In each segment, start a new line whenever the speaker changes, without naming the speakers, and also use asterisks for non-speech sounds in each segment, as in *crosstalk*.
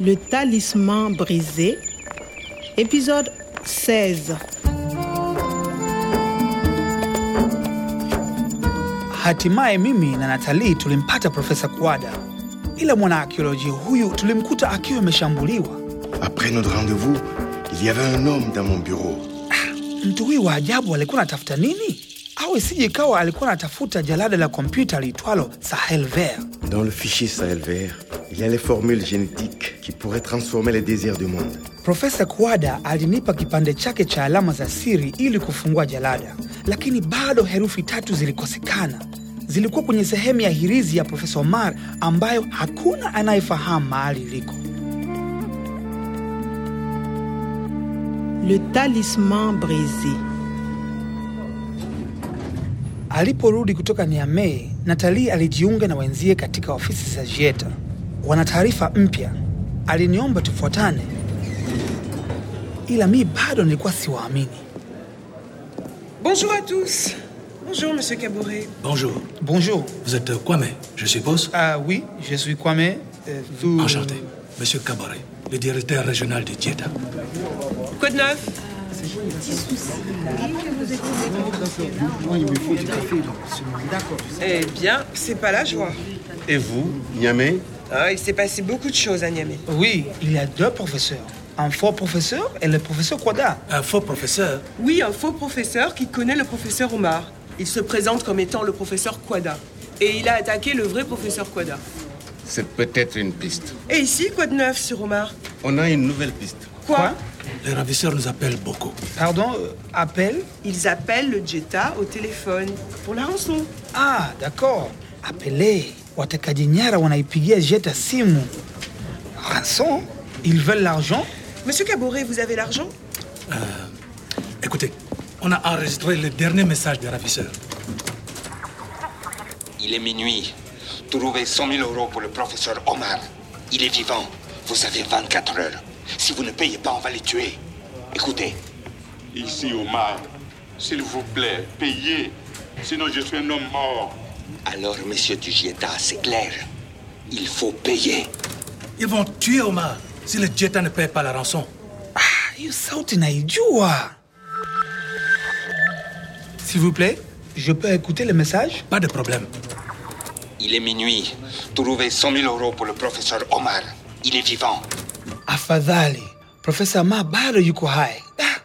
Le talisman brisé, épisode 16.
Hatimaye mimi na Natalii tulimpata Profesa Kuada, ila mwanaakiolojia huyu tulimkuta akiwa ameshambuliwa.
Après notre rendez-vous, il y avait un homme dans mon bureau.
Mtu huyu wa ajabu alikuwa anatafuta nini? Au isije ikawa alikuwa anatafuta jalada la kompyuta liitwalo Sahel Ver.
Dans le fichier Sahel vert, il y a les formules génétiques qui pourraient transformer les désirs du monde.
Profesa Kuada alinipa kipande chake cha alama za siri ili kufungua jalada, lakini bado herufi tatu zilikosekana. Zilikuwa kwenye sehemu ya hirizi ya Profesa Omar ambayo hakuna anayefahamu mahali iliko.
Le talisman brisé.
Aliporudi kutoka Niamey, Natalii alijiunga na wenzie katika ofisi za Jieta. Wana taarifa mpya, aliniomba tufuatane, ila mi bado nilikuwa siwaamini.
Bonjour à tous. Bonjour, monsieur Cabouret.
Bonjour,
Bonjour.
vous êtes Kwame, je suppose
Ah oui, je suis Kwame. euh, vous-
Enchanté, monsieur Cabaret, le directeur régional de Dieta.
Quoi de neuf Eh bien, c'est pas la joie.
Et vous, Niamey
Ah, il s'est passé beaucoup de choses à Niamey.
Oui, il y a deux professeurs, un faux professeur et le professeur Kwada.
Un faux professeur
Oui, un faux professeur qui connaît le professeur Omar. Il se présente comme étant le professeur Quada. Et il a attaqué le vrai professeur Quada.
C'est peut-être une piste.
Et ici, quoi de neuf sur Omar
On a une nouvelle piste.
Quoi
Les ravisseurs nous appellent beaucoup.
Pardon, euh, appel
Ils appellent le Jetta au téléphone pour la rançon.
Ah, d'accord. Appelez. Watekaji nyara wanaipigia Jeta simu. Rançon Ils veulent l'argent
Monsieur Caboret, vous avez l'argent
Écoutez, on a enregistré le dernier message des ravisseurs.
Il est minuit. Trouvez 100 000 euros pour le professeur Omar. Il est vivant. Vous avez 24 heures. Si vous ne payez pas, on va les tuer. Écoutez,
Ici, Omar, s'il vous plaît, payez. Sinon, je suis un homme mort.
alors, monsieur Dugieta, c'est clair. Il faut payer.
Ils vont tuer Omar si le Dieta ne paye pas la rançon.
Ah, hiyo sauti naijua. S'il vous plaît, je peux écouter le message
Pas de problème.
Il est minuit. Trouvez 100 000 euros pour le professeur Omar. Il est vivant.
Afadhali, Profesa Ma bado yuko hai. Ah,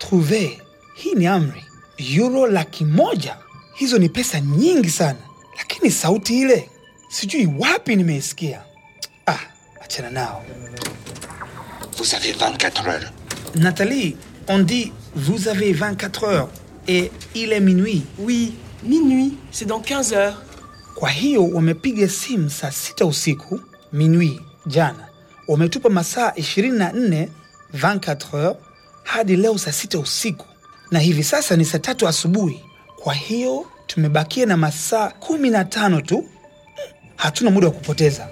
trouve, hii ni amri. Euro laki moja, hizo ni pesa nyingi sana, lakini sauti ile sijui wapi nimeisikia. Ah, achana nao.
Vous avez 24 heures.
Nathalie, on dit vous avez 24 heures et il est minuit.
Oui, minuit, c'est dans 15 heures.
Kwa hiyo wamepiga simu saa sita usiku minui jana, wametupa masaa 24 24 heures hadi leo saa sita usiku, na hivi sasa ni saa tatu asubuhi. Kwa hiyo tumebakia na masaa 15 tu, hatuna muda wa kupoteza.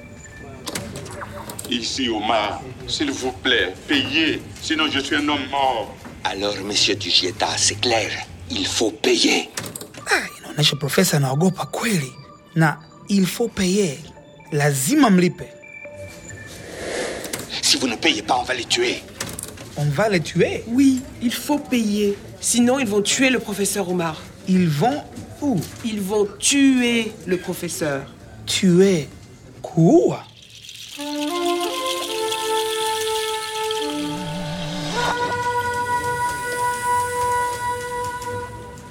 Ici, Omar, s'il vous plaît, payez. Sinon, je suis un homme mort.
Alors, monsieur Dugieta, c'est clair. Il faut payer.
Ah, inaonyesha profesa anaogopa kweli, na il faut payer, lazima mlipe.
Si vous ne payez pas, on va les tuer.
On va les tuer,
Oui, il faut payer. Sinon, ils vont tuer le professeur Omar.
ils vont où?
Ils vont tuer le professeur.
tuer, kuua.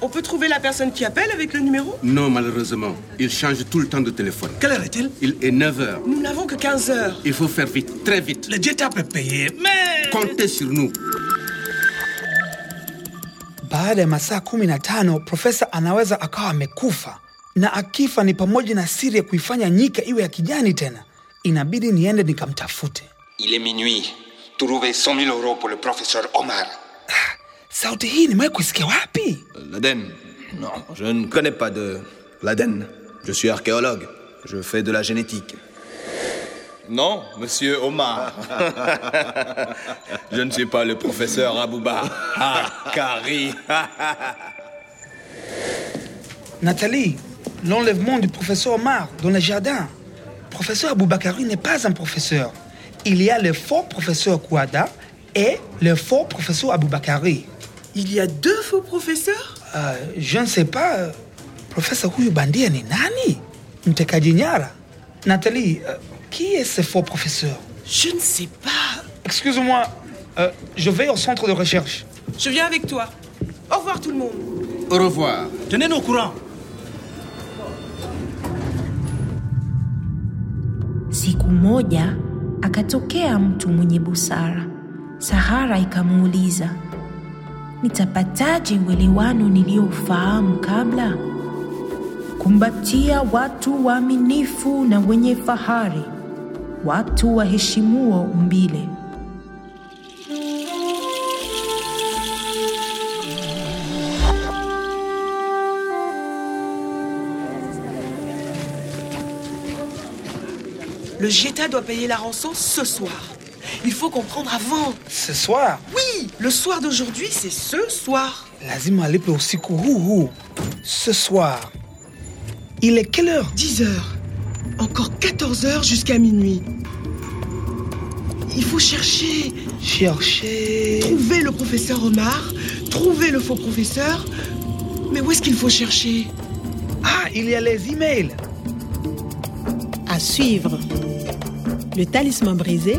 On peut trouver la personne qui appelle avec le numéro
Non, malheureusement. Il change tout le temps de téléphone.
Quelle heure est-il
Il est 9 heures.
Nous n'avons que 15 heures.
Il faut faire vite, très vite.
Le Dieta peut payer, mais...
Comptez sur nous.
Baada ya masaa kumi na tano profesa anaweza akawa amekufa, na akifa ni pamoja na siri ya kuifanya nyika iwe ya kijani tena. Inabidi niende nikamtafute.
Il est minuit. Trouvez 100 000 euros pour le professeur Omar.
Sauti hii nimewahi kuisikia wapi?
L'Aden Non, je ne connais pas de l'Aden. Je suis archéologue. Je fais de la génétique. Non, monsieur Omar. *laughs* je ne suis pas le professeur Abouba. Ah, Kari.
Nathalie, l'enlèvement du professeur Omar dans le jardin. Professeur Aboubakari n'est pas un professeur. il y a le faux professeur Kouada et le faux professeur Aboubakari.
Il y a deux faux professeurs
Ah, je ne sais pas euh, profesa huyu bandia ni nani mtekaji nyara nathalie euh, qui est ce faux professeur
Je ne sais pas.
excuse-moi euh, je vais au centre de recherche
Je viens avec toi. Au revoir tout le monde.
Au revoir.
Tenez-nous au courant.
Siku moja akatokea mtu mwenye busara. Sahara ikamuuliza, nitapataje uelewano niliofahamu kabla? Kumbatia watu waaminifu na wenye fahari, watu waheshimuo umbile.
Le Jeta doit payer la rançon ce soir. Il faut comprendre avant.
ce soir
Oui, le soir d'aujourd'hui, c'est ce soir.
lazima alipe usiku huu huu ce soir il est quelle heure
10 heures. Encore 14 heures jusqu'à minuit. Il faut chercher,
cherchez
trouver le professeur Omar, Ah, trouver le faux professeur. Mais où est-ce qu'il faut chercher
ah il y a les emails
À suivre. Le Talisman brisé,